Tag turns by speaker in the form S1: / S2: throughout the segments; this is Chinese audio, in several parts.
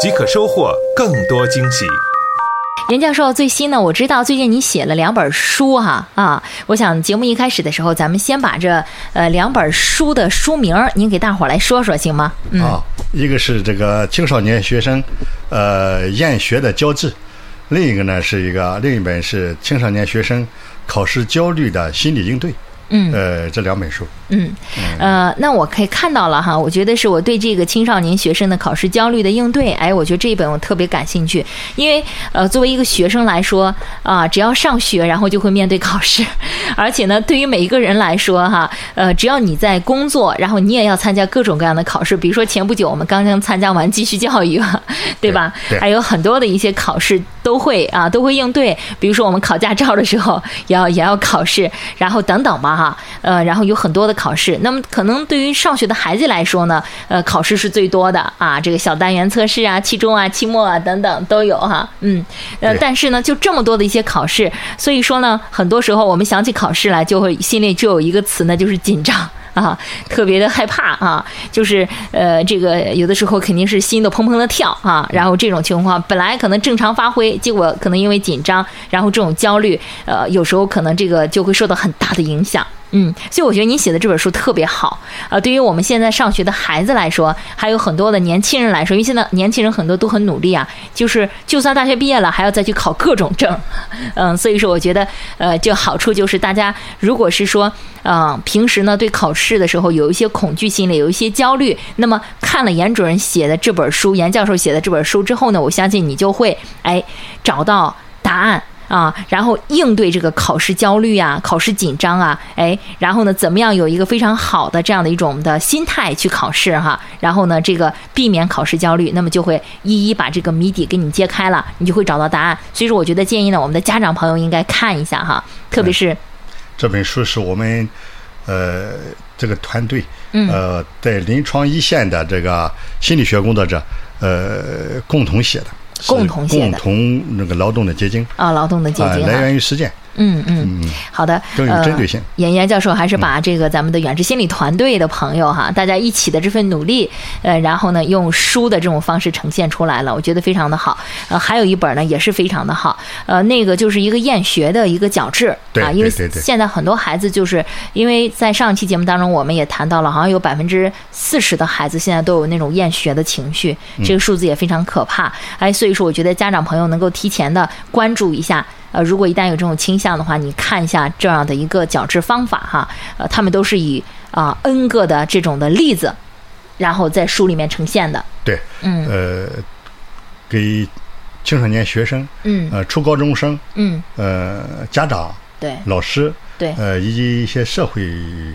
S1: 即可收获更多惊喜。
S2: 严教授，最新呢，我知道最近你写了两本书哈啊，我想节目一开始的时候，咱们先把这呃两本书的书名儿，您给大伙儿来说说行吗？嗯，
S3: 啊，一个是这个青少年学生，呃，厌学的交织；另一个呢是一个另一本是青少年学生考试焦虑的心理应对。
S2: 嗯
S3: 呃，这两本书，
S2: 嗯，呃，那我可以看到了哈，我觉得是我对这个青少年学生的考试焦虑的应对，哎，我觉得这一本我特别感兴趣，因为呃，作为一个学生来说啊、只要上学，然后就会面对考试， 而且呢，对于每一个人来说哈，呃，只要你在工作，然后你也要参加各种各样的考试，比如说前不久我们刚刚参加完继续教育，对吧？
S3: 对对
S2: 还有很多的一些考试都会啊，都会应对，比如说我们考驾照的时候也要也要考试，然后等等吧哈，呃，然后有很多的考试。那么可能对于上学的孩子来说呢，呃，考试是最多的啊，这个小单元测试啊、期中啊、期末啊等等都有哈，嗯，呃，
S3: 对
S2: 但是呢，就这么多的一些考试，所以说呢，很多时候我们想起考试来，就会心里就有一个词呢，就是紧张。啊，特别的害怕啊，就是呃，这个有的时候肯定是心都砰砰的跳啊，然后这种情况本来可能正常发挥，结果可能因为紧张，然后这种焦虑，呃，有时候可能这个就会受到很大的影响。嗯，所以我觉得您写的这本书特别好啊、对于我们现在上学的孩子来说，还有很多的年轻人来说，因为现在年轻人很多都很努力啊，就是就算大学毕业了，还要再去考各种证， 嗯，所以说我觉得呃，这好处就是大家如果是说呃平时呢对考试的时候有一些恐惧心理，有一些焦虑，那么看了严主任写的这本书，严教授写的这本书之后呢，我相信你就会哎找到答案。啊，然后应对这个考试焦虑啊、考试紧张啊，哎，然后呢，怎么样有一个非常好的这样的一种的心态去考试哈？然后呢，这个避免考试焦虑，那么就会一一把这个谜底给你揭开了，你就会找到答案。所以说，我觉得建议呢，我们的家长朋友应该看一下哈，特别是
S3: 这本书是我们呃这个团队，
S2: 嗯
S3: 呃，在临床一线的这个心理学工作者，呃，共同写的，是
S2: 共同写的
S3: 共同那个劳动的结晶，
S2: 啊、劳动的结
S3: 啊，
S2: 晶
S3: 来
S2: 哈。
S3: 源于实践，
S2: 嗯嗯，
S3: 嗯，
S2: 好的，
S3: 更有
S2: 呃
S3: 针对性。
S2: 严岩教授还是把
S3: 嗯
S2: 这个咱们的远志心理团队的朋友哈，大家一起的这份努力，呃，然后呢，用书的这种方式呈现出来了，我觉得非常的好。呃，还有一本呢，也是非常的好，呃，那个就是一个厌学的一个矫治
S3: 对
S2: 啊，因为
S3: 对对对
S2: 现在很多孩子就是因为在上期节目当中我们也谈到了，好像有百分之四十的孩子现在都有那种厌学的情绪，这个数字也非常可怕。哎，所以说我觉得家长朋友能够提前的关注一下。呃，如果一旦有这种倾向的话，你看一下这样的一个矫治方法哈，呃，他们都是以啊、n 个的这种的例子，然后在书里面呈现的。
S3: 对，
S2: 嗯
S3: 呃，给青少年学生，
S2: 嗯
S3: 呃，初高中生，
S2: 嗯，
S3: 呃，家长、
S2: 对
S3: 老师，
S2: 对，
S3: 呃，以及一些社会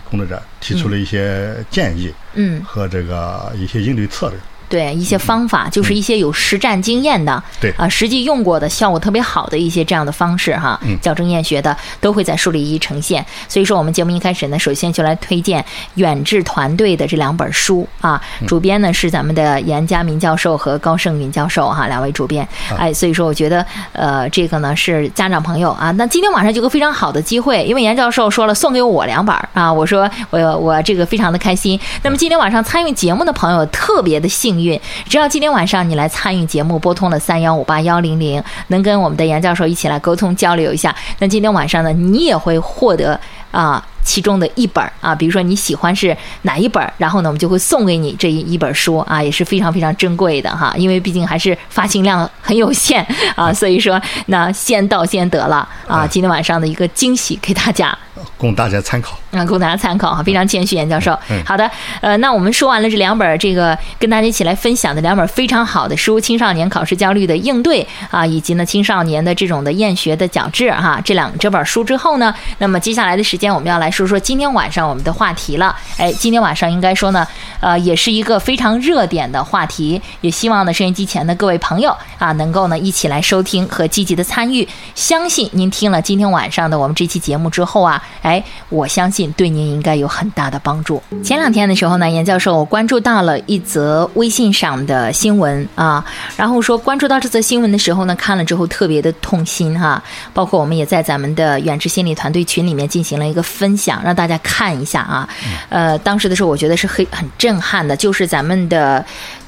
S3: 工作者提出了一些建议
S2: 嗯
S3: 和这个呃一些应对策略。
S2: 对，一些方法就是一些有实战经验的，
S3: 对
S2: 啊，实际用过的效果特别好的一些这样的方式哈，矫正厌学的都会在书里一一呈现。所以说，我们节目一开始呢，首先就来推荐远志团队的这两本书啊，主编呢是咱们的严家民教授和高胜云教授哈，两位主编，哎，所以说我觉得呃，这个呢是家长朋友啊，那今天晚上就有个非常好的机会，因为严教授说了送给我两本儿啊，我说我我这个非常的开心。那么今天晚上参与节目的朋友特别的幸运，只要今天晚上你来参与节目，拨通了三幺五八幺零零，能跟我们的严教授一起来沟通交流一下。那今天晚上呢，你也会获得啊。其中的一本儿啊，比如说你喜欢是哪一本儿，然后呢，我们就会送给你这一一本书啊，也是非常非常珍贵的哈，因为毕竟还是发行量很有限啊，所以说那先到先得了啊，今天晚上的一个惊喜给大家。
S3: 供大家参考。
S2: 啊，供大家参考哈，非常谦虚，严教授。
S3: 嗯
S2: 好的，呃，那我们说完了这两本儿这个跟大家一起来分享的两本儿非常好的书，《青少年考试焦虑的应对》啊，以及呢青啊少年的这种的厌学的矫治哈、这两这本儿书之后呢，那么接下来的时间我们要来说说今天晚上我们的话题了。哎，今天晚上应该说呢，呃，也是一个非常热点的话题，也希望呢收音机前的各位朋友啊，能够呢一起来收听和积极的参与。相信您听了今天晚上的我们这期节目之后啊，哎，我相信对您应该有很大的帮助。前两天的时候呢，严教授我关注到了一则微信上的新闻啊，然后说关注到这则新闻的时候呢，看了之后特别的痛心哈、包括我们也在咱们的远志心理团队群里面进行了一个分享，让大家看一下啊。呃，当时的时候我觉得是很很震撼的，就是咱们的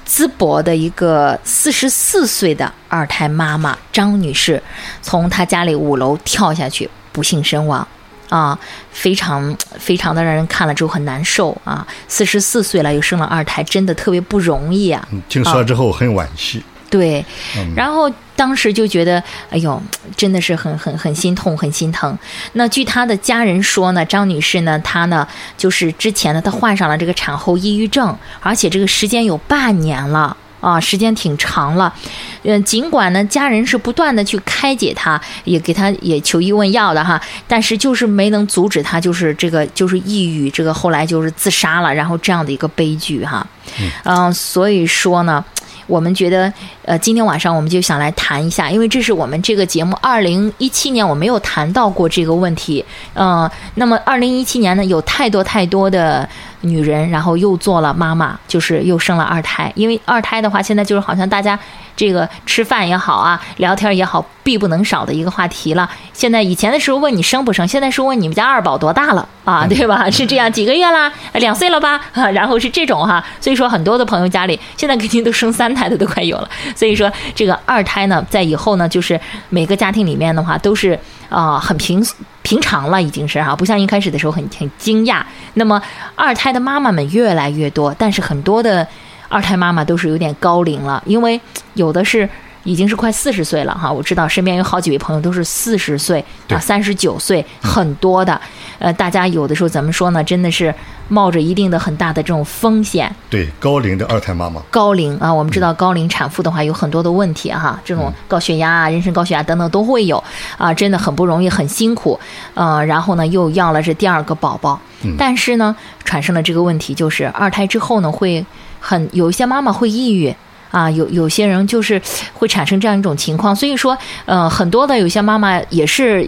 S2: 淄博的一个四十四岁的二胎妈妈张女士，从她家里五楼跳下去，不幸身亡。啊，非常非常的让人看了之后很难受啊！四十四岁了又生了二胎，真的特别不容易啊。
S3: 听嗯说之后很惋惜。
S2: 对，然后当时就觉得，哎呦，真的是很很很心痛，很心疼。那据她的家人说呢，张女士呢，她呢就是之前呢，她患上了这个产后抑郁症，而且这个时间有半年了。啊，时间挺长了，嗯，尽管呢，家人是不断的去开解她，也给她也求医问药的哈，但是就是没能阻止她，就是这个就是抑郁，这个后来就是自杀了，然后这样的一个悲剧哈，嗯、所以说呢，我们觉得，呃，今天晚上我们就想来谈一下，因为这是我们这个节目二零一七年我没有谈到过这个问题，嗯、那么二零一七年呢，有太多太多的女人，然后又做了妈妈，就是又生了二胎，因为二胎的话，现在就是好像大家这个吃饭也好啊，聊天也好，必不能少的一个话题了。现在以前的时候问你生不生，现在是问你们家二宝多大了啊，对吧？是这样，几个月啦，两岁了吧？ 啊，然后是这种哈，所以说很多的朋友家里现在肯定都生三胎的都快有了，所以说这个二胎呢，在以后呢，就是每个家庭里面的话都是啊、很平平常了，已经是哈、不像一开始的时候很很惊讶。那么二胎的妈妈们越来越多，但是很多的二胎妈妈都是有点高龄了，因为有的是。已经是快四十岁了哈，我知道身边有好几位朋友都是四十岁
S3: 对
S2: 啊，三十九岁，很多的。呃，大家有的时候怎么说呢？真的是冒着一定的很大的这种风险，
S3: 对高龄的二胎妈妈，
S2: 高龄啊，我们知道高龄产妇的话有很多的问题啊哈、这种高血压啊、妊娠高血压等等都会有啊，真的很不容易，很辛苦。呃，然后呢又要了这第二个宝宝，但是呢产生了这个问题，就是二胎之后呢会很有一些妈妈会抑郁。啊，有有些人就是会产生这样一种情况，所以说，呃，很多的有些妈妈也是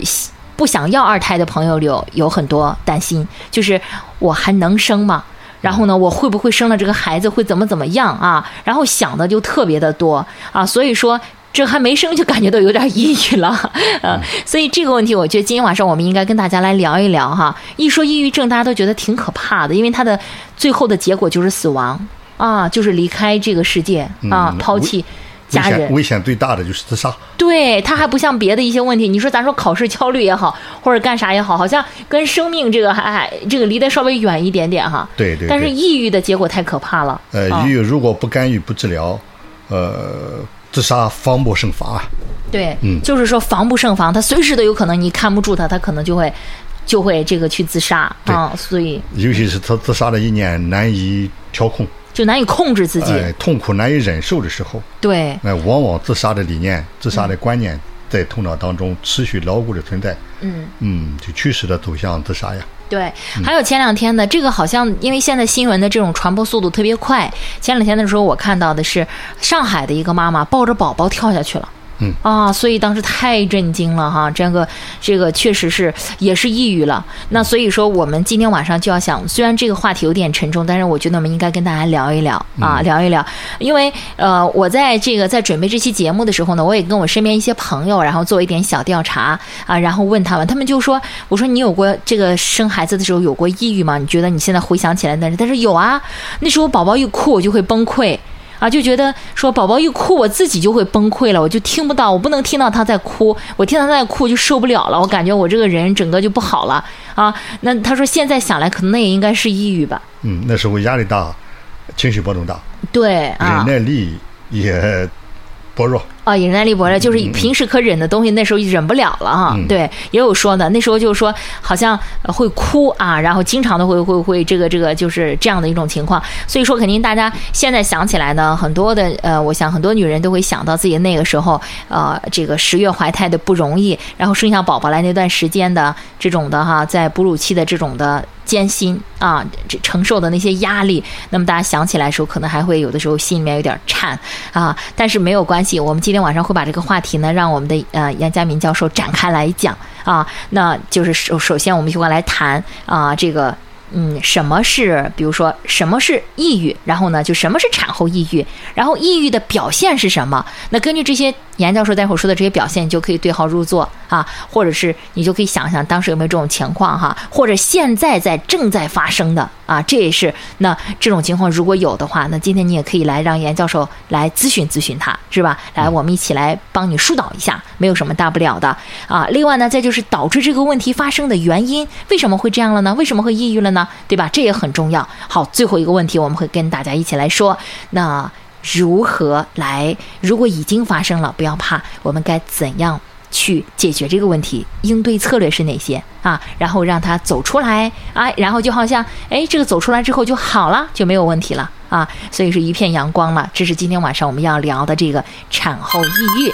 S2: 不想要二胎的朋友有有很多担心，就是我还能生吗？然后呢，我会不会生了这个孩子会怎么怎么样啊？然后想的就特别的多啊，所以说。这还没生就感觉到有点抑郁了，
S3: 嗯
S2: 呃，所以这个问题，我觉得今天晚上我们应该跟大家来聊一聊哈。一说抑郁症，大家都觉得挺可怕的，因为它的最后的结果就是死亡啊，就是离开这个世界啊，
S3: 嗯
S2: 抛弃
S3: 危
S2: 家人
S3: 险。危险最大的就是自杀。
S2: 对，它还不像别的一些问题，你说咱说考试焦虑也好，或者干啥也好，好像跟生命这个还还这个离得稍微远一点点哈。
S3: 对对
S2: 但是
S3: 对
S2: 抑郁的结果太可怕了。
S3: 呃，
S2: 啊
S3: 抑郁如果不干预不治疗，呃，自杀方莫胜伐啊。
S2: 对，就是说防不胜防，他随时都有可能，你看不住他，他可能就会就会这个去自杀
S3: 对
S2: 啊，所以
S3: 尤其是他自杀的意念难以调控，
S2: 就难以控制自己。
S3: 哎，痛苦难以忍受的时候，
S2: 对，
S3: 哎、往往自杀的理念、自杀的观念在头脑当中持续牢固的存在，
S2: 嗯，
S3: 嗯，就驱使他走向自杀呀。
S2: 对，还有前两天呢，这个好像因为现在新闻的这种传播速度特别快，前两天的时候我看到的是上海的一个妈妈抱着宝宝跳下去了。
S3: 嗯
S2: 啊，所以当时太震惊了哈，这个这个确实是也是抑郁了。那所以说，我们今天晚上就要想，虽然这个话题有点沉重，但是我觉得我们应该跟大家聊一聊啊，聊一聊，因为呃，我在这个在准备这期节目的时候呢，我也跟我身边一些朋友，然后做一点小调查啊，然后问他们，他们就说，我说你有过这个生孩子的时候有过抑郁吗？你觉得你现在回想起来，但是但是有啊，那时候宝宝一哭我就会崩溃。啊，就觉得说宝宝一哭，我自己就会崩溃了，我就听不到，我不能听到他在哭，我听到他在哭我就受不了了，我感觉我这个人整个就不好了啊。那他说现在想来，可能那也应该是抑郁吧？
S3: 嗯，那时候压力大，情绪波动大，
S2: 对
S3: 忍
S2: 啊，
S3: 耐力也薄弱，
S2: 啊，忍耐力薄弱，就是平时可忍的东西，那时候忍不了了哈。对，也有说的，那时候就是说好像呃会哭啊，然后经常的会会会这个这个就是这样的一种情况。所以说，肯定大家现在想起来呢，很多的呃，我想很多女人都会想到自己那个时候呃，这个十月怀胎的不容易，然后生下宝宝来那段时间的这种的哈，在哺乳期的这种的艰辛啊，这承受的那些压力，那么大家想起来的时候，可能还会有的时候心里面有点颤啊，但是没有关系，我们今天晚上会把这个话题呢，让我们的呃杨佳明教授展开来讲啊，那就是首首先我们就会来谈啊这个。嗯，什么是？比如说，什么是抑郁？然后呢，就什么是产后抑郁？然后抑郁的表现是什么？那根据这些严教授待会儿说的这些表现，你就可以对号入座啊，或者是你就可以想想当时有没有这种情况哈、或者现在在正在发生的啊，这也是那这种情况如果有的话，那今天你也可以来让严教授来咨询咨询他，是吧？来，我们一起来帮你疏导一下，没有什么大不了的啊。另外呢，再就是导致这个问题发生的原因，为什么会这样了呢？为什么会抑郁了呢？对吧？这也很重要。好，最后一个问题，我们会跟大家一起来说，那如何来？如果已经发生了，不要怕，我们该怎样？去解决这个问题，应对策略是哪些啊？然后让他走出来啊，然后就好像哎，这个走出来之后就好了，就没有问题了啊，所以是一片阳光了。这是今天晚上我们要聊的这个产后抑郁。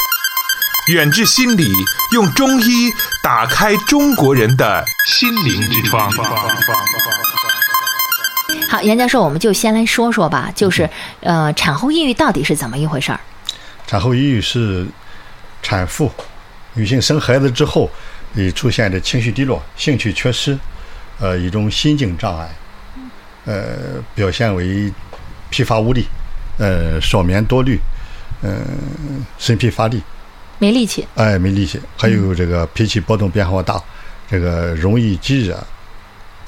S1: 远至心理，用中医打开中国人的心灵之窗。
S2: 好，杨教授，我们就先来说说吧，就是呃，产后抑郁到底是怎么一回事儿？
S3: 产后抑郁是产妇、女性生孩子之后，已出现的情绪低落、兴趣缺失，呃，一种心境障碍，呃，表现为疲乏无力，呃，少眠多虑，呃，身疲乏力，
S2: 没力气，
S3: 哎，没力气，
S2: 嗯
S3: 还有这个脾气波动变化大，这个容易激惹，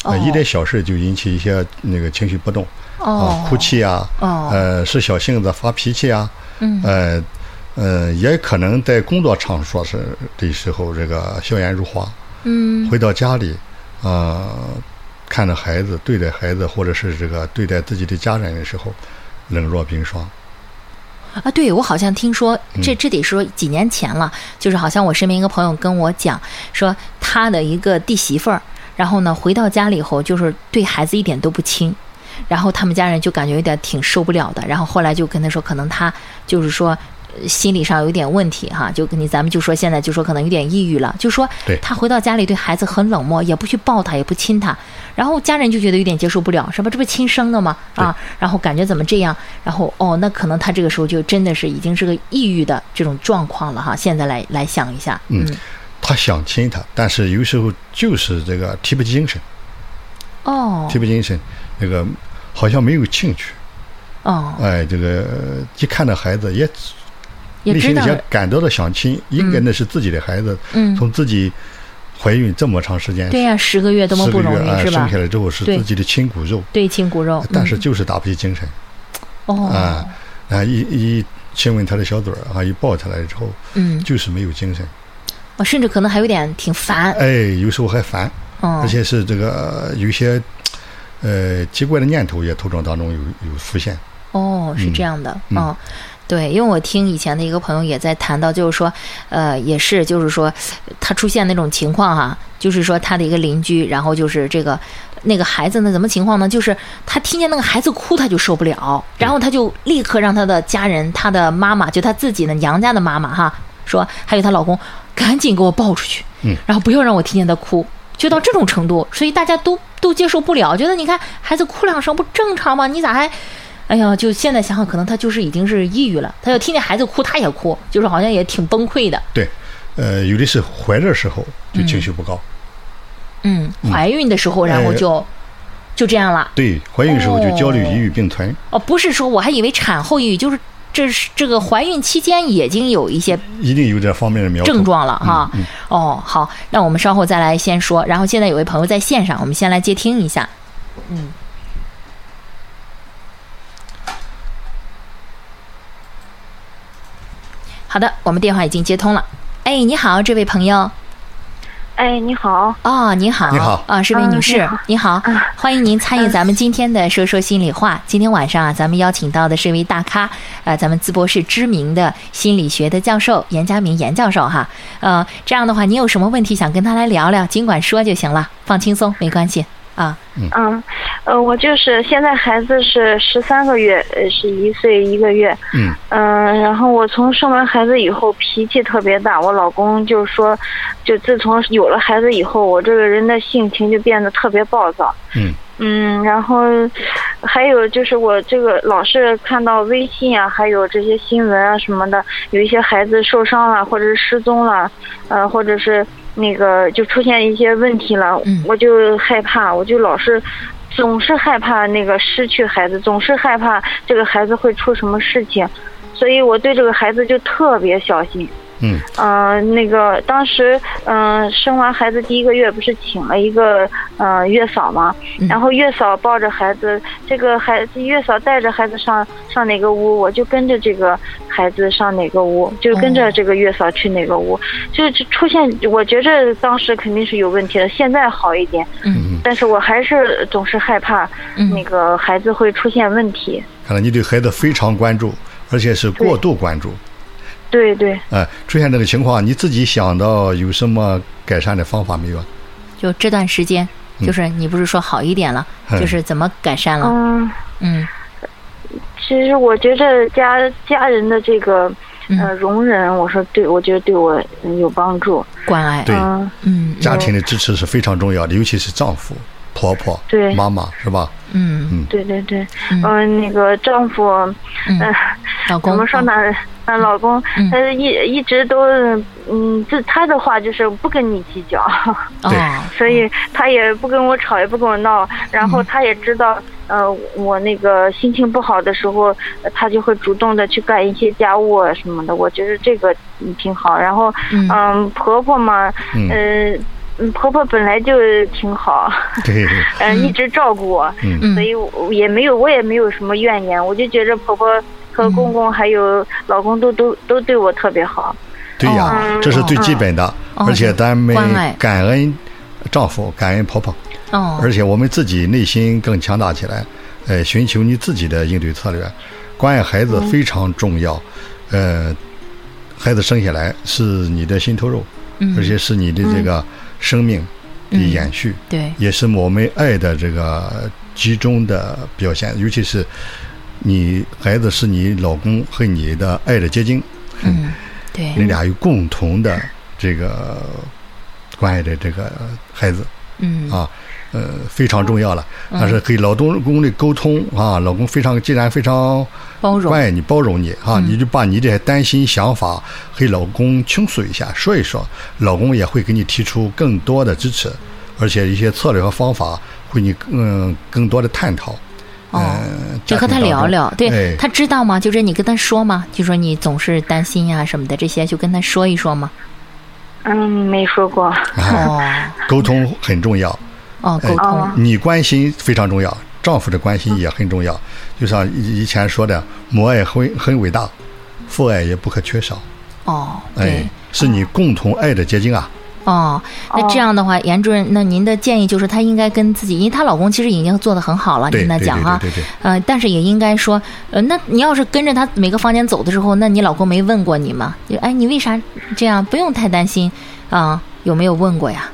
S2: 哦
S3: 呃，一点小事就引起一些那个情绪波动，
S2: 哦
S3: 啊，哭泣啊，
S2: 哦
S3: 呃，是小性子发脾气啊，
S2: 嗯
S3: 呃，呃，也可能在工作场所是的时候，这个笑颜如花，
S2: 嗯
S3: 回到家里，呃，看着孩子，对待孩子，或者是这个对待自己的家人的时候，冷若冰霜。
S2: 啊，对我好像听说这这得说几年前了，就是好像我身边一个朋友跟我讲说他的一个弟媳妇儿，然后呢回到家里以后就是对孩子一点都不亲。然后他们家人就感觉有点挺受不了的，然后后来就跟他说，可能他就是说呃心理上有点问题哈，就跟你咱们就说现在就说可能有点抑郁了，就说
S3: 对
S2: 他回到家里对孩子很冷漠，也不去抱他，也不亲他，然后家人就觉得有点接受不了，什么这不是亲生的吗？啊，然后感觉怎么这样？然后哦，那可能他这个时候就真的是已经是个抑郁的这种状况了哈。现在来来想一下，嗯，
S3: 他想亲他，但是有时候就是这个提不起精神，
S2: 哦
S3: 提不起精神，那个好像没有兴趣，
S2: 哦，
S3: 哎，这个一看到孩子也
S2: 也
S3: 内
S2: 知
S3: 心里
S2: 道
S3: 想感到的想亲，应该那是自己的孩子，
S2: 嗯
S3: 从自己怀孕这么长时间，
S2: 对呀、十个月多么
S3: 四
S2: 不
S3: 个
S2: 容
S3: 月
S2: 易
S3: 哎
S2: 是吧
S3: 生下？来之后是
S2: 对
S3: 自己的亲骨肉，
S2: 对，亲骨肉，
S3: 但是
S2: 嗯
S3: 就是打不起精神
S2: 哦
S3: 啊，啊一一亲吻他的小嘴儿啊，一抱起来之后
S2: 嗯，
S3: 就是没有精神，
S2: 哦甚至可能还有点挺烦，
S3: 哎，有时候还烦，
S2: 嗯
S3: 而，且是这个呃有一些呃奇怪的念头也途中当中有有浮现，
S2: 哦，是这
S3: 嗯
S2: 样的，
S3: 嗯
S2: 哦对，因为我听以前的一个朋友也在谈到，就是说，呃，也是，就是说，他出现那种情况哈、就是说他的一个邻居，然后就是这个那个孩子呢，怎么情况呢？就是他听见那个孩子哭，他就受不了，然后他就立刻让他的家人，他的妈妈，就他自己的娘家的妈妈哈，说还有她老公，赶紧给我抱出去，
S3: 嗯，
S2: 然后不要让我听见他哭，就到这种程度，所以大家都都接受不了，觉得你看孩子哭两声不正常吗？你咋还？哎呀，就现在想想，可能他就是已经是抑郁了。他要听见孩子哭，他也哭，就是好像也挺崩溃的。
S3: 对，呃，有的是怀着时候就情绪不高，
S2: 嗯，怀孕的时候，然后就、就这样了。
S3: 对，怀孕时候就焦虑、
S2: 哦
S3: 抑郁并存，
S2: 哦，不是说我还以为产后抑郁就是这是这个怀孕期间已经有一些
S3: 一定有这方面的苗头
S2: 症。状了哈。哦，好，那我们稍后再来先说。然后现在有位朋友在线上，我们先来接听一下。嗯。好的，我们电话已经接通了。哎，你好，这位朋友。
S4: 哎，你好，
S2: 哦，您好，
S3: 你好
S2: 啊，这位
S4: 嗯
S2: 女士
S4: 你好，
S2: 你好
S4: 嗯，
S2: 欢迎您参与咱们今天的《说说心里话》。今天晚上啊，咱们邀请到的是一位大咖，呃，咱们淄博市知名的心理学的教授严家明严教授哈。呃，这样的话，你有什么问题想跟他来聊聊，尽管说就行了，放轻松，没关系啊。
S4: 嗯，呃，我就是现在孩子是十三个月，呃，是一岁一个月，
S3: 嗯
S4: 嗯、然后我从生完孩子以后脾气特别大，我老公就说，就自从有了孩子以后，我这个人的性情就变得特别暴躁，
S3: 嗯
S4: 嗯，然后还有就是我这个老是看到微信啊，还有这些新闻啊什么的，有一些孩子受伤了，或者是失踪了，呃，或者是那个就出现一些问题了，
S2: 嗯
S4: 我就害怕，我就老是。总是害怕那个失去孩子，总是害怕这个孩子会出什么事情，所以我对这个孩子就特别小心。
S3: 嗯
S4: 嗯，那个当时，嗯、生完孩子第一个月不是请了一个嗯月嫂嘛
S2: 嗯，
S4: 然后月嫂抱着孩子，这个孩子月嫂带着孩子上上哪个屋，我就跟着这个孩子上哪个屋，就跟着这个月嫂去哪个屋，就是出现，我觉着当时肯定是有问题的，现在好一点，
S2: 嗯
S3: 嗯，
S4: 但是我还是总是害怕那
S2: 嗯
S4: 个孩子会出现问题。
S3: 看来你对孩子非常关注，而且是过度关注。
S4: 对对，
S3: 哎，出现这个情况，你自己想到有什么改善的方法没有啊？
S2: 就这段时间，
S3: 嗯
S2: 就是你不是说好一点了，
S3: 嗯
S2: 就是怎么改善了？
S4: 嗯。
S2: 嗯
S4: 其实我觉着家家人的这个呃
S2: 嗯
S4: 容忍，我说对，我觉得对我嗯有帮助。
S2: 关爱，
S3: 对
S4: 嗯，
S2: 嗯
S3: 家庭的支持是非常重要的，尤其是丈夫、婆婆、
S4: 对
S3: 妈妈，是吧？
S2: 嗯
S4: 对对对，
S2: 嗯
S4: 嗯、那个丈夫，
S2: 嗯
S4: 呃，
S2: 老
S4: 怎
S2: 公，
S4: 么说
S2: 啊
S4: 呢？那老公，
S2: 嗯
S4: 他一一直都，嗯，这他的话就是不跟你计较，
S3: 对
S2: 哦，
S4: 所以他也不跟我吵，也不跟我闹，然后
S2: 嗯
S4: 他也知道，呃，我那个心情不好的时候，呃他就会主动的去干一些家务啊什么的。我觉得这个嗯挺好。然后，
S2: 嗯
S4: 嗯，婆婆嘛，
S3: 嗯
S4: 呃嗯，婆婆本来就挺好，
S3: 对，
S4: 嗯，一直照顾我，
S3: 嗯
S2: 嗯
S4: 所以我也没有我也没有什么怨言，我就觉着婆婆和
S2: 嗯
S4: 公公还有老公都都都对我特别好。
S3: 对呀、
S4: 哦
S3: 这是最基本的。
S2: 哦
S3: 而且咱们
S2: 关爱
S3: 感恩丈夫，感恩婆婆，
S2: 哦，
S3: 而且我们自己内心更强大起来，呃，寻求你自己的应对策略。关爱孩子非常重要，呃，孩子生下来是你的心头肉，
S2: 嗯
S3: 而且是你的这个生命的
S2: 嗯
S3: 延续。
S2: 对，
S3: 也是我们爱的这个集中的表现，尤其是你孩子是你老公和你的爱的结晶，
S2: 嗯，对，
S3: 你俩有共同的这个关爱的这个孩子
S2: 嗯
S3: 啊，呃，非常重要了。
S2: 嗯
S3: 但是跟老公的沟通啊，老公非常既然非常
S2: 包容
S3: 关爱你、包容你哈、
S2: 嗯
S3: 你就把你这些担心、想法和老公倾诉一下，说一说，老公也会给你提出更多的支持，而且一些策略和方法会你嗯更多的探讨。
S2: 哦
S3: 嗯，
S2: 就和他聊聊，
S3: 家庭当中
S2: 对
S3: 哎
S2: 他知道吗？就是你跟他说吗？就说你总是担心呀、什么的这些，就跟他说一说嘛。
S4: 嗯，没说过。
S3: 啊，哎
S2: 哦
S3: 沟通很重要。
S2: 哦，沟通
S4: 哦，
S3: 你关心非常重要，丈夫的关心也很重要。就像以以前说的，母爱很很伟大，父爱也不可缺少。
S2: 哦，对
S3: 哎，，是你共同爱的结晶啊。
S2: 哦，那这样的话，严主任，那您的建议就是她应该跟自己，因为她老公其实已经做得很好啊了，你
S3: 对
S2: 跟她
S3: 对
S2: 讲
S3: 对
S2: 哈，
S3: 对对对
S2: 呃，但是也应该说，呃，那你要是跟着她每个房间走的时候，那你老公没问过你吗？就哎，你为啥这样？不用太担心啊、有没有问过呀？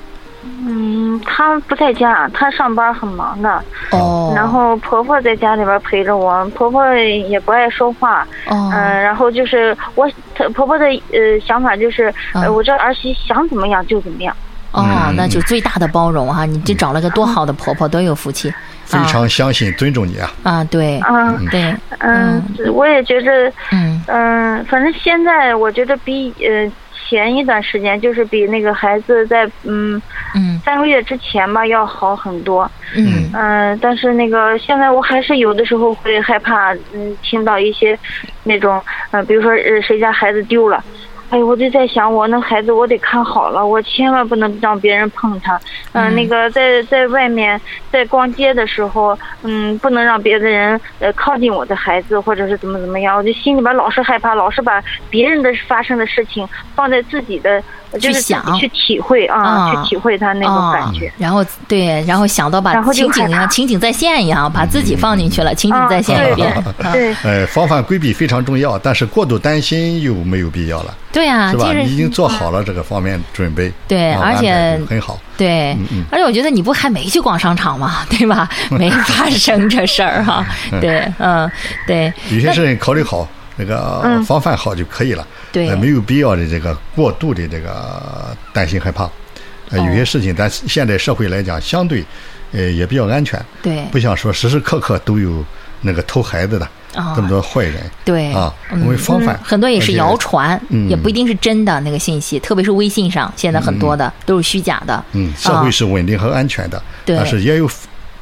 S4: 嗯，他不在家，他上班很忙的。
S2: 哦，
S4: 然后婆婆在家里边陪着我，婆婆也不爱说话，
S2: 哦
S4: 嗯、，然后就是我她婆婆的呃想法就是，呃，
S2: 嗯
S4: 我这儿媳想怎么样就怎么样，
S2: 哦，
S3: 嗯
S2: 那就最大的包容哈、你这找了个多好的婆婆，多有福气，
S3: 非常相信、尊重你啊。
S2: 啊，对，
S4: 啊，
S2: 对，
S4: 嗯，我也觉着，
S2: 嗯
S4: 嗯、反正现在我觉得比呃前一段时间，就是比那个孩子在嗯
S2: 嗯
S4: 三个月之前吧要好很多，
S2: 嗯
S4: 嗯、但是那个现在我还是有的时候呃会害怕，嗯，听到一些那种，嗯、比如说呃谁家孩子丢了，哎，我就在想，我那孩子我得看好了，我千万不能让别人碰他。嗯、那个在在外面在逛街的时候，嗯，不能让别的人呃靠近我的孩子，或者是怎么怎么样。我就心里边老是害怕，老是把别人的发生的事情放在自己的，就是自己
S2: 想
S4: 去体会啊，
S2: 啊
S4: 去体会他那种感觉。
S2: 哦然后对，然后想到把
S4: 然后就
S2: 情景一
S4: 害
S2: 样，
S4: 怕哦
S2: 情景再现一
S3: 嗯
S2: 样，把自己放进去了，情景再现一遍。啊
S4: 对，
S3: 呃，防范规避非常重要，但是过度担心又没有必要了，
S2: 对啊，
S3: 是吧？
S2: 就是
S3: 你已经做好了这个方面准备，
S2: 对
S3: 啊
S2: 而
S3: 安排
S2: 且
S3: 得很好。
S2: 对，
S3: 嗯
S2: 而且我觉得你不还没去逛商场吗？对吧？没发生这事儿哈。 对，嗯，对，
S3: 有些事情考虑好，那个防范好就可以了。
S2: 嗯对
S3: 呃没有必要的这个过度的这个担心害怕。呃，
S2: 哦
S3: 有些事情咱现在社会来讲，相对呃也比较安全，
S2: 对
S3: 不像说时时刻刻都有那个偷孩子的
S2: 啊
S3: 这么多坏人。
S2: 对嗯
S3: 啊，我们防范
S2: 很多也是谣。传，
S3: 嗯
S2: 也不一定是真的那个信息，特别是微信上，现在很多的都是虚假的。
S3: 嗯，社会
S2: 啊
S3: 是稳定和安全的，
S2: 对
S3: 但是也有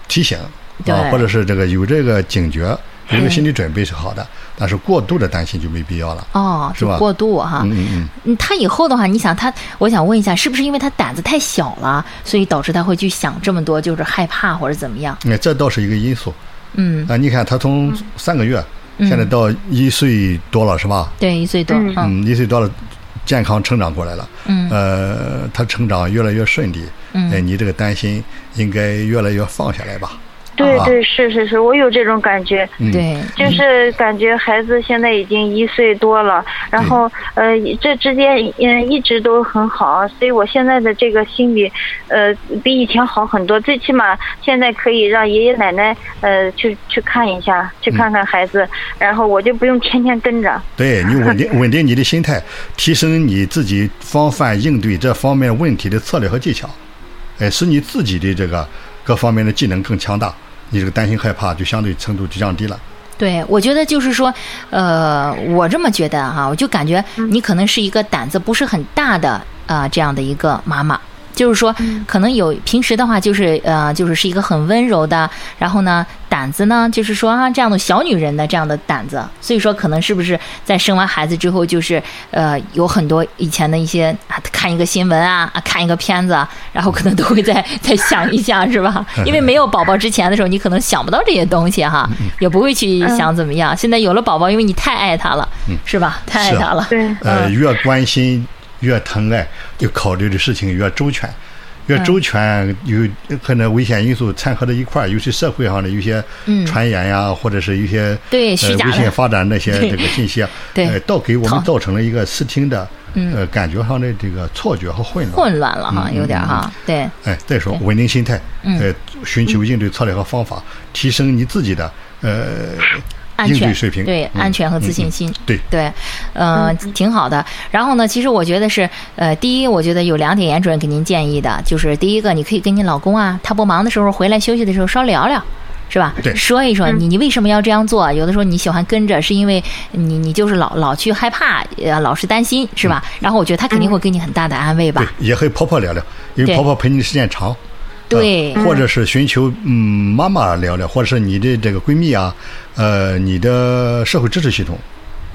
S3: 提醒
S2: 对
S3: 啊，或者是这个有这个警觉，有这个心理准备是好的，但是过度的担心就没必要了。
S2: 哦，
S3: 是
S2: 就
S3: 吧
S2: 过度哈。
S3: 嗯嗯嗯，
S2: 嗯，他以后的话，你想他，我想问一下，是不是因为他胆子太小了，所以导致他会去想这么多，就是害怕或者怎么样？
S3: 那嗯哎这倒是一个因素。
S2: 嗯，
S3: 啊，你看他从三个月，现在到一岁多了，是吧？
S2: 对，一岁多，
S4: 嗯
S2: 嗯
S3: 嗯，一岁多了，健康成长过来了。
S2: 嗯
S3: 呃，他成长越来越顺利。
S2: 嗯
S3: 哎，你这个担心应该越来越放下来吧？
S4: 对
S3: 啊
S4: 对是是是，我有这种感觉。
S3: 嗯，
S2: 对，
S4: 就是感觉孩子现在已经一岁多了，然后呃，这之间嗯一直都很好，所以我现在的这个心理，呃，比以前好很多。最起码现在可以让爷爷奶奶呃去去看一下，去
S3: 嗯
S4: 看看孩子，然后我就不用天天跟着。
S3: 对你稳定稳定你的心态，提升你自己防范应对这方面问题的策略和技巧，哎，使你自己的这个各方面的技能更强大，你这个担心害怕就相对程度就降低了。
S2: 对，我觉得就是说，呃，我这么觉得哈、我就感觉你可能是一个胆子不是很大的啊、呃这样的一个妈妈。就是说，可能有平时的话，就是呃，就是是一个很温柔的，然后呢，胆子呢，就是说啊，这样的小女人的这样的胆子，所以说可能是不是在生完孩子之后，就是呃，有很多以前的一些啊，看一个新闻啊，啊看一个片子啊，然后可能都会再再想一下，是吧？因为没有宝宝之前的时候，你可能想不到这些东西哈，
S3: 嗯
S2: 也不会去想怎么样。现在有了宝宝，因为你太爱他了，是吧？太爱
S3: 是啊
S2: 他了，
S4: 对，
S3: 呃，越关心越疼爱，就考虑的事情越周全，越
S2: 嗯
S3: 周全有和那危险因素掺合到一块儿，尤其社会上的有些传言呀、或者是一些
S2: 嗯对
S3: 呃
S2: 虚假的
S3: 危险发展那些
S2: 对
S3: 这个信息啊，
S2: 对
S3: 呃，倒给我
S2: 好
S3: 们造成了一个视听的呃感觉上的这个错觉和混乱。
S2: 混乱了哈，
S3: 嗯
S2: 有点哈，对。嗯
S3: 哎，再说稳定心态，呃，寻求应对策略和方法，提升你自己的呃
S2: 安
S3: 应
S2: 全
S3: 对水平，
S2: 对、
S3: 嗯
S2: 安全和自信心，
S3: 对
S2: 对，呃，挺好的。然后呢，其实我觉得是，呃，第一，我觉得有两点严主任给您建议的，就是第一个，你可以跟你老公啊，他不忙的时候回来休息的时候稍聊聊。是吧？
S3: 对
S2: 说一说你你为什么要这样做？有的时候你喜欢跟着，是因为你你就是老老去害怕，呃，老是担心，是吧？然后我觉得他肯定会给你很大的安慰吧
S3: 对。，也和婆婆聊聊，因为
S2: 对
S3: 婆婆陪你的时间长。
S2: 对嗯
S3: 呃或者是寻求嗯妈妈聊聊，或者是你的这个闺蜜啊，呃，你的社会支持系统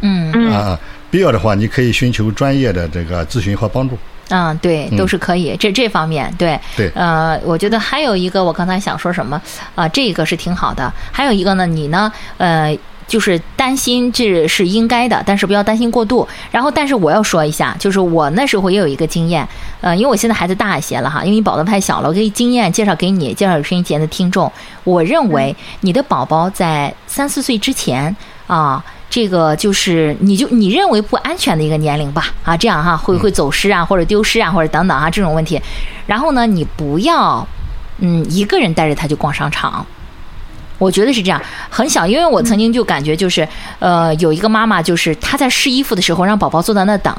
S2: 嗯
S3: 啊、必要的话你可以寻求专业的这个咨询和帮助。
S2: 嗯，对，都是可以。这这方面，对，
S3: 对
S2: 呃，我觉得还有一个，我刚才想说什么啊、这个是挺好的。还有一个呢，你呢，呃。就是担心这是应该的，但是不要担心过度。然后，但是我要说一下，就是我那时候也有一个经验，呃，因为我现在孩子大一些了哈，因为你宝宝太小了，我可以经验介绍给你，介绍给收音机前的听众。我认为你的宝宝在三四岁之前啊，这个就是你就你认为不安全的一个年龄吧，啊，这样哈、会会走失啊，或者丢失啊，或者等等啊这种问题。然后呢，你不要嗯一个人带着他去逛商场。我觉得是这样，很小，因为我曾经就感觉就是，呃，有一个妈妈就是她在试衣服的时候让宝宝坐在那等，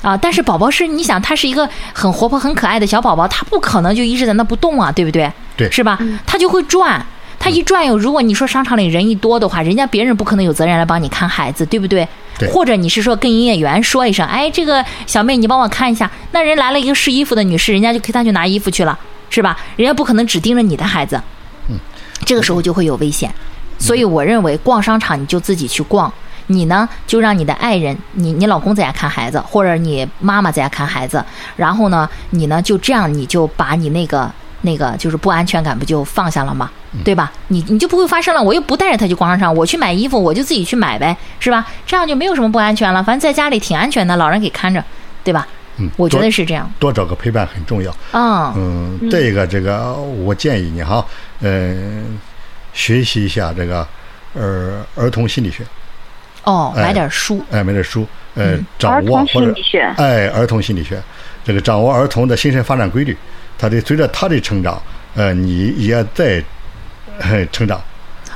S2: 啊，但是宝宝是你想，他是一个很活泼、很可爱的小宝宝，他不可能就一直在那不动啊，对不对？
S3: 对嗯
S2: 是吧？他就会转。他一转悠，如果你说商场里人一多的话，人家别人不可能有责任来帮你看孩子，对不对？
S3: 对
S2: 或者你是说跟营业员说一声，哎，这个小妹你帮我看一下，那人来了一个试衣服的女士，人家就跟她去拿衣服去了，是吧？人家不可能只盯着你的孩子，
S3: 嗯
S2: 嗯，这个时候就会有危险。所以我认为逛商场你就自己去逛，你呢就让你的爱人，你你老公在家看孩子，或者你妈妈在家看孩子，然后呢，你呢就这样，你就把你那个那个就是不安全感不就放下了吗？
S3: 嗯
S2: 对吧？你你就不会发生了，我又不带着他去逛商场，我去买衣服，我就自己去买呗，是吧？这样就没有什么不安全了，反正在家里挺安全的，老人给看着，对吧？
S3: 嗯，
S2: 我觉
S3: 多
S2: 得是这样，
S3: 多找个陪伴很重要。
S2: 嗯。
S3: 嗯，这个这个，我建议你哈，嗯，学习一下这个儿儿童心理学，
S2: 哦，
S3: 哎
S2: 买点书，
S3: 哎，没这书，呃，掌
S4: 儿
S3: 握
S4: 童
S3: 或
S4: 心
S3: 者
S4: 理学，
S3: 哎，儿童心理学，这个掌握儿童的精神发展规律，他的随着他的成长，呃，你也在、呃、成长，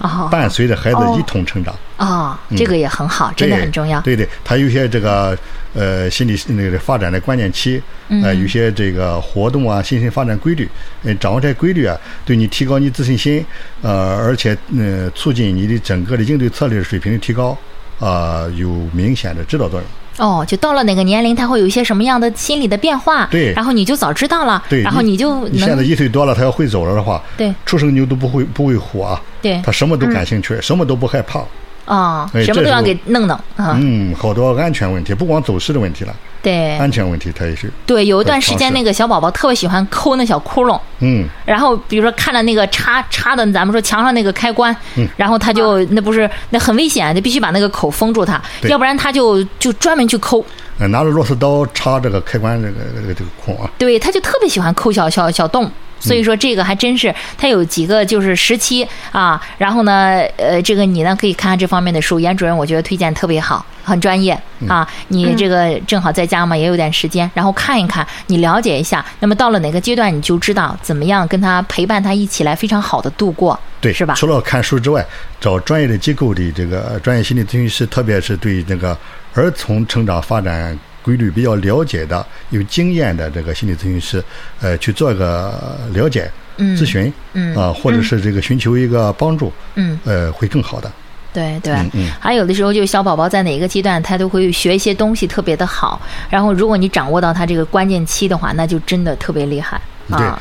S2: 哦
S3: 伴随着孩子
S4: 哦
S3: 一同成长，
S2: 哦，这个也很好，真的
S3: 对
S2: 很重要。
S3: 嗯对对，他有些这个呃心理那个发展的关键期，呃，有些这个活动啊，精神发展规律，呃，掌握这些规律啊，对你提高你自信心，呃，而且呃，促进你的整个的应对策略水平的提高，啊、有明显的指导作用。
S2: 哦，就到了哪个年龄，他会有一些什么样的心理的变化，
S3: 对
S2: 然后你就早知道了，
S3: 对
S2: 然后
S3: 你
S2: 你就
S3: 你现在
S2: 能
S3: 一岁多了，他要会走了的话，
S2: 对
S3: 初生牛犊不会不畏虎啊，
S2: 对
S3: 他什么
S2: 嗯
S3: 都感兴趣，什么都不害怕，
S2: 啊，
S3: 哎
S2: 什么
S3: 这
S2: 都要
S3: 时候
S2: 给弄弄啊，
S3: 嗯，好多安全问题，不光走势的问题了，
S2: 对
S3: 安全问题他也是，
S2: 对，有一段时
S3: 尝
S2: 间
S3: 试
S2: 那个小宝宝特别喜欢抠那小窟窿，
S3: 嗯，
S2: 然后比如说看了那个插插的，咱们说墙上那个开关，
S3: 嗯
S2: 然后他就那不是那很危险，就必须把那个口封住它，
S3: 对
S2: 要不然他就就专门去抠，
S3: 呃拿着螺丝刀插这个开关这个这个这个孔啊，
S2: 对，他就特别喜欢抠小小小洞。所以说这个还真是，他有几个就是时期啊，然后呢，呃，这个你呢可以看看这方面的书，严主任我觉得推荐特别好，很专业啊。你这个正好在家嘛，也有点时间，然后看一看，你了解一下。那么到了哪个阶段，你就知道怎么样跟他陪伴他一起来非常好的度过，
S3: 对，
S2: 是吧？
S3: 除了看书之外，找专业的机构的这个呃专业心理咨询师，特别是对那个儿童成长发展规律比较了解的、有经验的这个心理咨询师，呃，去做一个了解、
S2: 嗯
S3: 咨询，
S2: 嗯
S3: 啊、或者是这个寻求一个帮助，
S2: 嗯，
S3: 呃，会更好的。
S2: 对对，
S3: 嗯嗯
S2: 还有的时候就是小宝宝在哪个阶段，他都会学一些东西特别的好，然后如果你掌握到他这个关键期的话，那就真的特别厉害啊。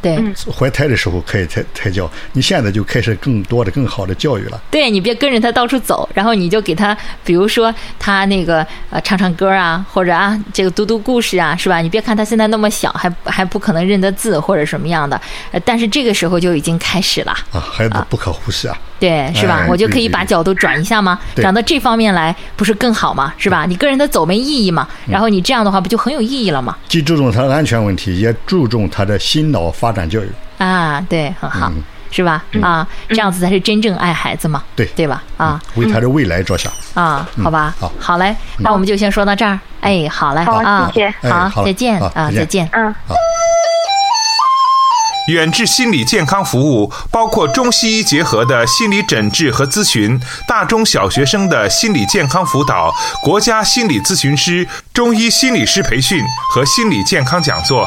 S2: 对，
S4: 嗯
S3: 怀胎的时候可以胎胎教，你现在就开始更多的、更好的教育了。
S2: 对你别跟着他到处走，然后你就给他，比如说他那个呃唱唱歌啊，或者啊这个读读故事啊，是吧？你别看他现在那么小，还还不可能认得字或者什么样的，呃但是这个时候就已经开始了。
S3: 啊，孩子不可忽视啊！
S2: 对，是吧？
S3: 哎
S2: 我就可以
S3: 对
S2: 把
S3: 对
S2: 角度转一下吗？
S3: 对
S2: 转到这方面来，不是更好吗？是吧？你跟着他走没意义嘛？
S3: 嗯
S2: 然后你这样的话，不就很有意义了吗？
S3: 既注重他的安全问题，也注重他的心脑发展教育。
S2: 啊，对，很好，
S3: 嗯
S2: 是吧？啊，这样子才是真正爱孩子嘛？
S3: 对
S2: 对吧？啊
S3: 为他的未来着想。
S2: 啊，好吧，
S3: 嗯好嗯
S2: 嘞，那我们就先说到这儿。哎，好嘞，
S4: 好
S2: 啊，
S4: 谢谢
S3: 哎好
S2: 好，
S3: 嘞
S2: 再见
S3: 好
S2: 啊，
S3: 再见
S2: 再见。
S4: 嗯。
S1: 远志心理健康服务包括中西医结合的心理诊治和咨询，大中小学生的心理健康辅导，国家心理咨询师、中医心理师培训和心理健康讲座。